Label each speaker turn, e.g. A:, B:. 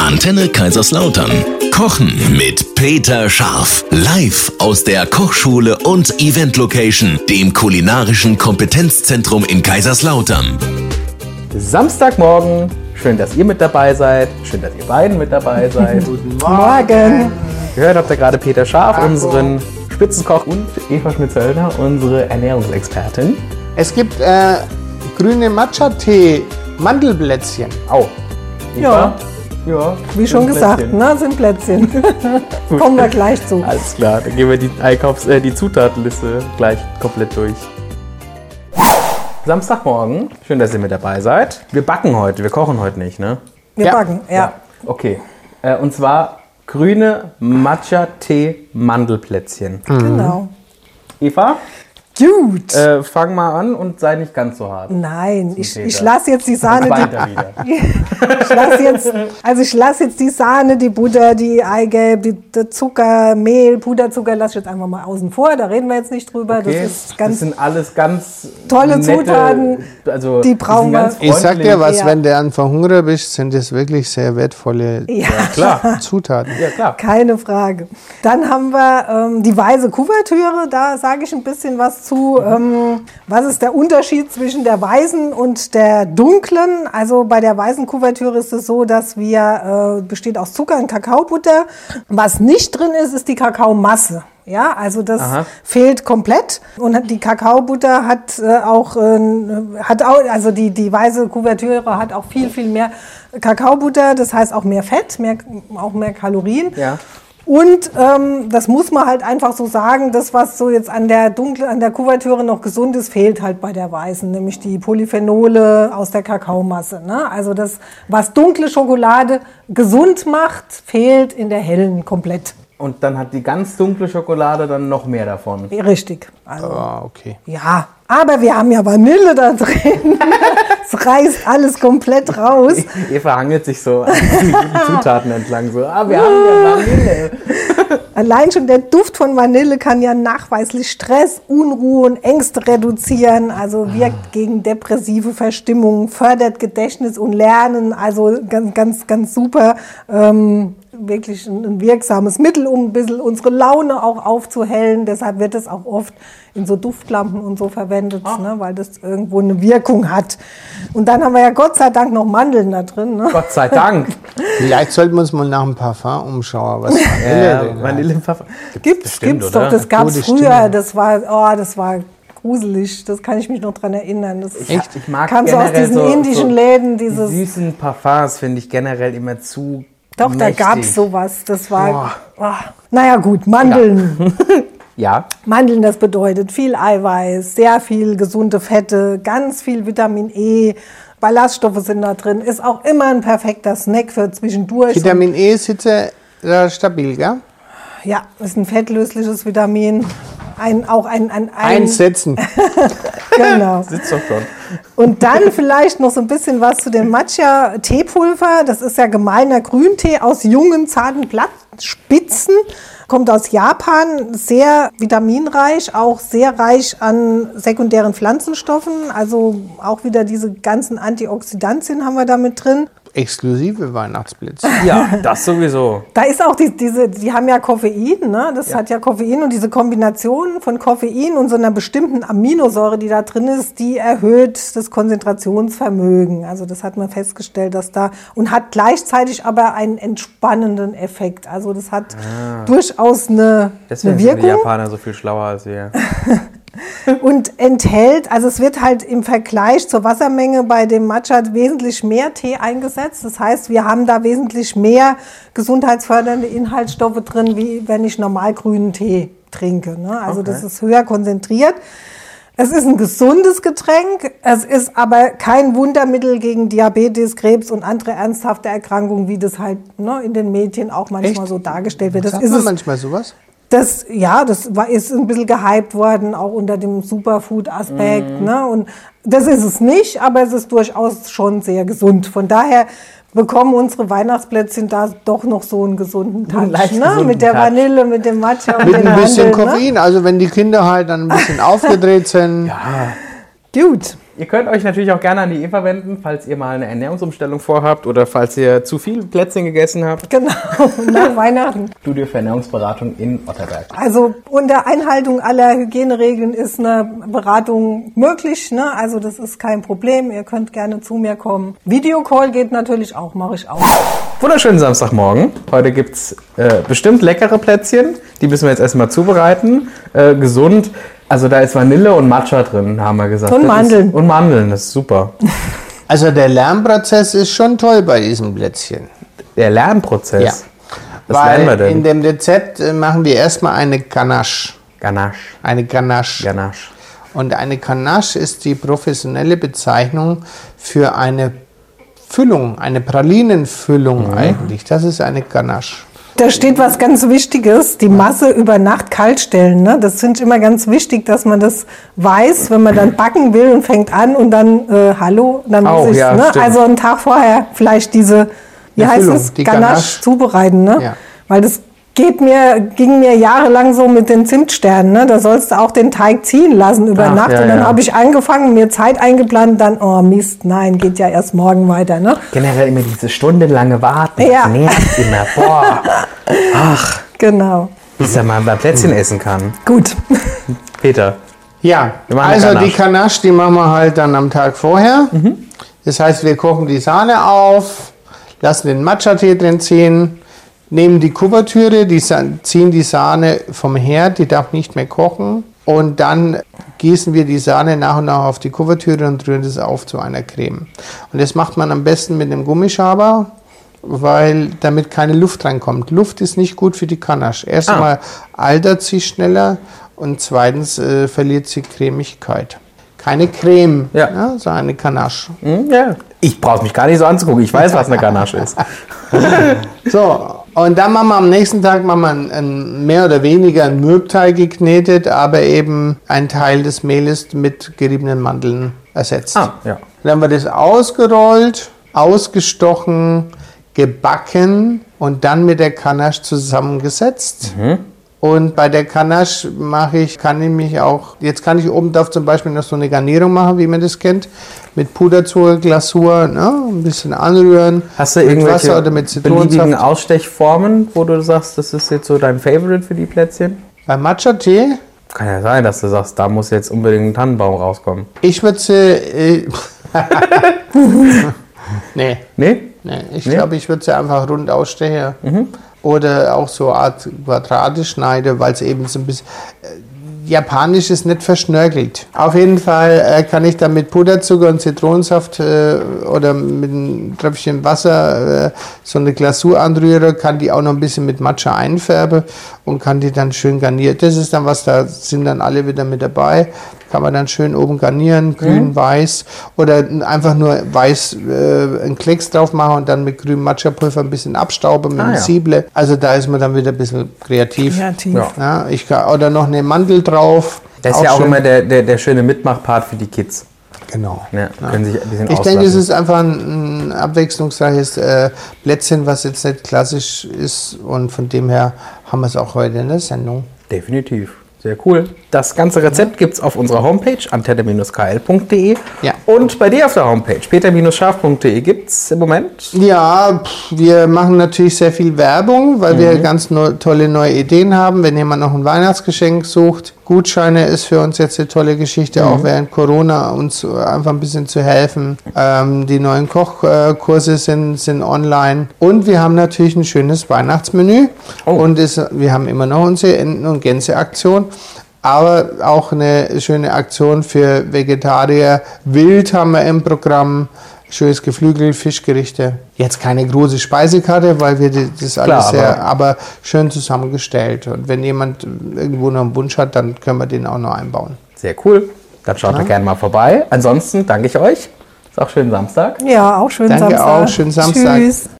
A: Antenne Kaiserslautern. Kochen mit Peter Scharf. Live aus der Kochschule und Event Location, dem kulinarischen Kompetenzzentrum in Kaiserslautern.
B: Samstagmorgen. Schön, dass ihr mit dabei seid. Schön, dass ihr beiden mit dabei seid. Guten
C: Morgen.
B: Gehört habt ihr gerade Peter Scharf, unseren Spitzenkoch, und Eva Schmitzöllner, unsere Ernährungsexpertin.
C: Es gibt äh, grüne Matcha-Tee, Mandelblätzchen.
B: Au.
D: Ja.
B: Ja.
D: Wie schon gesagt, ne, sind Plätzchen. Kommen wir gleich zu.
B: Alles klar, dann gehen wir die Einkaufs-, äh, die Zutatenliste gleich komplett durch. Samstagmorgen. Schön, dass ihr mit dabei seid. Wir backen heute, wir kochen heute nicht, ne?
D: Wir
C: Ja.
D: backen, ja.
B: Okay. Äh, und zwar grüne Matcha-Tee-Mandelplätzchen.
D: Genau.
B: Eva,
D: Gut.
B: äh, fang mal an und sei nicht ganz so hart.
D: Nein, ich, ich
B: Peter.
D: lasse jetzt die Sahne,
B: Weiter
D: die,
B: wieder.
D: ich lasse jetzt, also ich lasse jetzt die Sahne, die Butter, die Eigelb, die, der Zucker, Mehl, Puderzucker lasse ich jetzt einfach mal außen vor. Da reden wir jetzt nicht drüber.
B: Okay.
D: Das ist ganz
B: sind alles ganz
D: tolle
B: nette,
D: Zutaten,
B: Also
D: die
B: sind
D: brauchen
B: ganz
D: wir.
C: Ich sag dir was,
D: Ja.
C: wenn du an Verhungern bist, sind das wirklich sehr wertvolle
D: ja,
B: Klar,
C: Zutaten.
B: ja klar.
D: keine Frage. Dann haben wir ähm, die weiße Kuvertüre. Da sage ich ein bisschen was zu. Ähm, was ist der Unterschied zwischen der weißen und der dunklen? Also bei der weißen Kuvertüre ist es so, dass wir äh, besteht aus Zucker und Kakaobutter. Was nicht drin ist, ist die Kakaomasse. Ja, also das
B: Aha.
D: fehlt komplett und hat- die Kakaobutter hat äh, auch äh, hat auch also die die weiße Kuvertüre hat auch viel viel mehr Kakaobutter, das heißt auch mehr Fett, mehr auch mehr Kalorien.
B: Ja.
D: Und ähm, das muss man halt einfach so sagen, das was so jetzt an der dunkle an der Kuvertüre noch gesund ist, fehlt halt bei der weißen, nämlich die Polyphenole aus der Kakaomasse, ne? Also das was dunkle Schokolade gesund macht, fehlt in der hellen komplett.
B: Und dann hat die ganz dunkle Schokolade dann noch mehr davon.
D: Richtig. Also
C: Ah, okay.
D: Ja, aber wir haben ja Vanille da drin. Es reißt alles komplett raus.
B: Eva hangelt sich so an die Zutaten entlang. So, ah, wir haben ja Vanille.
D: Allein schon der Duft von Vanille kann ja nachweislich Stress, Unruhe und Ängste reduzieren. Also
B: Ah.
D: wirkt gegen depressive Verstimmungen, fördert Gedächtnis und Lernen. Also ganz, ganz, ganz super. Ähm, wirklich ein, ein wirksames Mittel, um ein bisschen unsere Laune auch aufzuhellen. Deshalb wird es auch oft in so Duftlampen und so verwendet,
B: Ah.
D: ne, weil das irgendwo eine Wirkung hat. Und dann haben wir ja Gott sei Dank noch Mandeln da drin. Ne?
B: Gott sei Dank.
C: Vielleicht sollten wir uns mal nach dem Parfum umschauen, was Vanille
B: Ja,
C: denn hat.
B: Vanillepfeffer.
D: Gibt's,
B: bestimmt,
D: gibt's
B: oder?
D: doch. Das gab's
C: Gute
D: früher.
C: Stimme.
D: Das war, oh, das war gruselig. Das kann ich mich noch dran erinnern. Das
B: Echt? Ich mag
D: Kannst du aus
B: generell
D: diesen
B: so-
D: indischen
B: so
D: Läden
B: Die
D: dieses.
B: süßen Parfums finde ich generell immer zu.
D: Doch, da
B: mächtig.
D: gab's sowas. Das war. Oh. Naja, gut, Mandeln.
B: Ja,
D: Mandeln, das bedeutet viel Eiweiß, sehr viel gesunde Fette, ganz viel Vitamin E. Ballaststoffe sind da drin. Ist auch immer ein perfekter Snack für zwischendurch.
C: Vitamin E sitze da stabil, gell?
D: ja, ist ein fettlösliches Vitamin. Ein, auch ein, ein, ein,
C: Einsetzen.
D: genau.
B: sitzt doch schon.
D: Und dann vielleicht noch so ein bisschen was zu dem Matcha-Teepulver. Das ist ja gemeiner Grüntee aus jungen, zarten Blattspitzen. Kommt aus Japan, sehr vitaminreich, auch sehr reich an sekundären Pflanzenstoffen. Also auch wieder diese ganzen Antioxidantien haben wir da mit drin.
C: Exklusive Weihnachtsblitze.
B: Ja, das sowieso.
D: Da ist auch die, diese, die haben ja Koffein, ne? Das hat ja Koffein und diese Kombination von Koffein und so einer bestimmten Aminosäure, die da drin ist, die erhöht das Konzentrationsvermögen. Also das hat man festgestellt, dass da und hat gleichzeitig aber einen entspannenden Effekt. Also das hat durchaus eine, eine
B: Deswegen sind die
D: Wirkung
B: Japaner so viel schlauer als wir.
D: und enthält, also es wird halt im Vergleich zur Wassermenge bei dem Matcha wesentlich mehr Tee eingesetzt. Das heißt, wir haben da wesentlich mehr gesundheitsfördernde Inhaltsstoffe drin, wie wenn ich normal grünen Tee trinke. Ne? Also das
B: Okay.
D: ist höher konzentriert. Es ist ein gesundes Getränk, es ist aber kein Wundermittel gegen Diabetes, Krebs und andere ernsthafte Erkrankungen, wie das halt ne, in den Medien auch manchmal
C: Echt?
D: so dargestellt wird. Das
C: Sagt
D: ist
C: man
D: es
C: manchmal sowas?
D: das, ja, das war, ist ein bisschen gehypt worden, auch unter dem
B: Mhm.
D: Superfood-Aspekt. Ne? Und das ist es nicht, aber es ist durchaus schon sehr gesund. Von daher bekommen unsere Weihnachtsplätzchen da doch noch so einen gesunden
B: Einen
D: Touch.
B: leicht
D: Ne?
B: gesunden
D: Mit der
B: Touch.
D: Vanille, mit dem Matcha und
C: Mit
D: dem
C: ein bisschen
D: Mandeln, ne?
C: Koffein. Also wenn die Kinder halt dann ein bisschen aufgedreht sind.
D: Gut.
B: Ihr könnt euch natürlich auch gerne an die Eva wenden, falls ihr mal eine Ernährungsumstellung vorhabt oder falls ihr zu viel Plätzchen gegessen habt.
D: Genau, nach Weihnachten.
B: Studio für Ernährungsberatung in Otterberg.
D: Also unter Einhaltung aller Hygieneregeln ist eine Beratung möglich. Ne? Also das ist kein Problem. Ihr könnt gerne zu mir kommen. Videocall geht natürlich auch, mache ich auch.
B: Wunderschönen Samstagmorgen. Heute gibt's äh, bestimmt leckere Plätzchen. Die müssen wir jetzt erstmal zubereiten. Äh, gesund. Also da ist Vanille und Matcha drin, haben wir gesagt.
D: Und
B: Das ist-
D: Mandeln.
B: Und Mandeln, das ist super.
C: Also der Lernprozess ist schon toll bei diesem Plätzchen.
B: Der Lernprozess.
C: Ja.
B: Was
C: Weil
B: lernen wir
C: in
B: denn?
C: dem Rezept äh, machen wir erstmal eine Ganache.
B: Ganache.
C: Eine Ganache.
B: Ganache.
C: Und eine Ganache ist die professionelle Bezeichnung für eine Füllung, eine Pralinenfüllung
B: Mhm.
C: eigentlich. Das ist eine Ganache.
D: Da steht was ganz Wichtiges, die Masse über Nacht kalt stellen. Ne? Das finde ich immer ganz wichtig, dass man das weiß, wenn man dann backen will und fängt an und dann, äh, hallo, dann
B: Auch,
D: muss ich
B: ja,
D: ne?
B: stimmt.
D: Also einen Tag vorher vielleicht diese, wie
C: Die
D: heißt
C: Füllung,
D: es,
C: die
D: Ganache,
C: Ganache.
D: zubereiten. Ne?
C: Ja.
D: Weil das geht mir, ging mir jahrelang so mit den Zimtsternen. Ne? Da sollst du auch den Teig ziehen lassen über
B: Ach,
D: Nacht.
B: ja,
D: und dann
B: ja.
D: habe ich angefangen, mir Zeit eingeplant, dann, oh Mist, nein, geht ja erst morgen weiter. Ne?
B: Generell immer diese stundenlange Warten.
D: Ja.
B: Das nervt immer. Boah. Ach,
D: Genau.
B: bis er mal ein Plätzchen essen kann.
D: Gut.
B: Peter.
C: Ja,
B: Wir machen
C: also
B: eine Mhm.
C: die Ganache, die machen wir halt dann am Tag vorher. Das heißt, wir kochen die Sahne auf, lassen den Matcha-Tee drin ziehen, nehmen die Kuvertüre, die Sa ziehen die Sahne vom Herd, die darf nicht mehr kochen. Und dann gießen wir die Sahne nach und nach auf die Kuvertüre und rühren das auf zu einer Creme. Und das macht man am besten mit einem Gummischaber, weil damit keine Luft reinkommt. Luft ist nicht gut für die Ganache. Erst
B: Ah.
C: einmal altert sie schneller und zweitens äh, verliert sie Cremigkeit. Keine Creme,
B: Ja.
C: ne, sondern eine Ganache.
B: Hm, ja. Ich brauche mich gar nicht so anzugucken. Ich weiß, was eine Ganache ist.
C: So, und dann machen wir am nächsten Tag machen wir ein, ein, mehr oder weniger ein Mürbteig geknetet, aber eben ein Teil des Mehles mit geriebenen Mandeln ersetzt.
B: Ah, ja.
C: Dann haben wir das ausgerollt, ausgestochen, gebacken und dann mit der Ganache zusammengesetzt.
B: Mhm.
C: Und bei der Ganache mache ich, kann ich mich auch, jetzt kann ich oben drauf zum Beispiel noch so eine Garnierung machen, wie man das kennt, mit Puderzucker, Glasur, ne? ein bisschen anrühren.
B: Hast du
C: mit
B: irgendwelche
C: Wasser oder mit
B: beliebigen
C: Zitronensaft.
B: Ausstechformen, wo du sagst, das ist jetzt so dein Favorite für die Plätzchen?
C: Beim Matcha-Tee,
B: Kann ja sein, dass du sagst, da muss jetzt unbedingt ein Tannenbaum rauskommen.
C: ich würde sie, äh, nee,
B: Nee?
C: Nee, Ne, ich glaube, ich würde sie einfach rund ausstechen. Oder auch so Art quadratisch schneiden, weil es eben so ein bisschen. Äh, Japanisch ist nicht verschnörkelt. Auf jeden Fall äh, kann ich dann mit Puderzucker und Zitronensaft äh, oder mit einem Tröpfchen Wasser äh, so eine Glasur anrühren, kann die auch noch ein bisschen mit Matcha einfärben und kann die dann schön garnieren. Das ist dann was, da sind dann alle wieder mit dabei. Kann man dann schön oben garnieren, grün, weiß oder einfach nur weiß äh, einen Klecks drauf machen und dann mit grünem Matcha-Pulver ein bisschen abstauben mit
B: Ah,
C: dem
B: ja.
C: Sieble. Also da ist man dann wieder ein bisschen kreativ.
D: Kreativ.
B: Ja.
C: Ja, ich kann, oder noch eine Mandel drauf.
B: Das ist ja auch
C: schön.
B: immer der, der, der schöne Mitmachpart für die Kids.
C: Genau.
B: Ja, können sich ein bisschen
C: Ich denke, es
B: auslassen.
C: ist einfach ein, ein abwechslungsreiches äh, Plätzchen, was jetzt nicht klassisch ist. Und von dem her haben wir es auch heute in der Sendung.
B: Definitiv. Sehr cool. Das ganze Rezept gibt's auf unserer Homepage antenne-kl.de
C: Ja.
B: und bei dir auf der Homepage peter-scharf.de gibt's im Moment.
C: Ja, pff, wir machen natürlich sehr viel Werbung, weil wir ganz neu, tolle neue Ideen haben. Wenn jemand noch ein Weihnachtsgeschenk sucht, Gutscheine ist für uns jetzt eine tolle Geschichte, auch während Corona uns einfach ein bisschen zu helfen. Ähm, die neuen Kochkurse sind, sind online und wir haben natürlich ein schönes Weihnachtsmenü
B: Oh.
C: und es, wir haben immer noch unsere Enten- und Gänseaktion. Aber auch eine schöne Aktion für Vegetarier. Wild haben wir im Programm. Schönes Geflügel, Fischgerichte. Jetzt keine große Speisekarte, weil wir die- das
B: Klar,
C: alles sehr,
B: aber-
C: aber schön zusammengestellt. Und wenn jemand irgendwo noch einen Wunsch hat, dann können wir den auch noch einbauen.
B: Sehr cool. Dann schaut da gerne mal vorbei. Ansonsten danke ich euch. Ist auch schönen Samstag.
D: Ja, auch schönen
C: Danke
D: Samstag.
C: auch, schönen Samstag.
D: Tschüss.